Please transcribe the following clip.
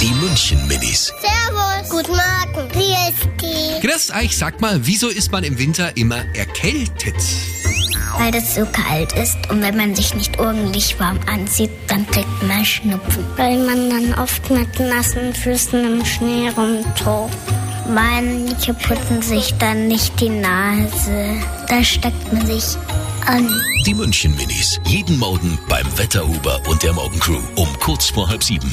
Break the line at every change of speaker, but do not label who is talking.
Die München Minis.
Servus. Guten Morgen. Wie ist die?
Grüß euch, ah, sag mal, wieso ist man im Winter immer erkältet?
Weil es so kalt ist und wenn man sich nicht ordentlich warm anzieht, dann kriegt man Schnupfen. Weil man dann oft mit nassen Füßen im Schnee rumtobt. Manche putzen sich dann nicht die Nase. Da steckt man sich an.
Die München Minis. Jeden Morgen beim Wetterhuber und der Morgencrew um kurz vor halb sieben.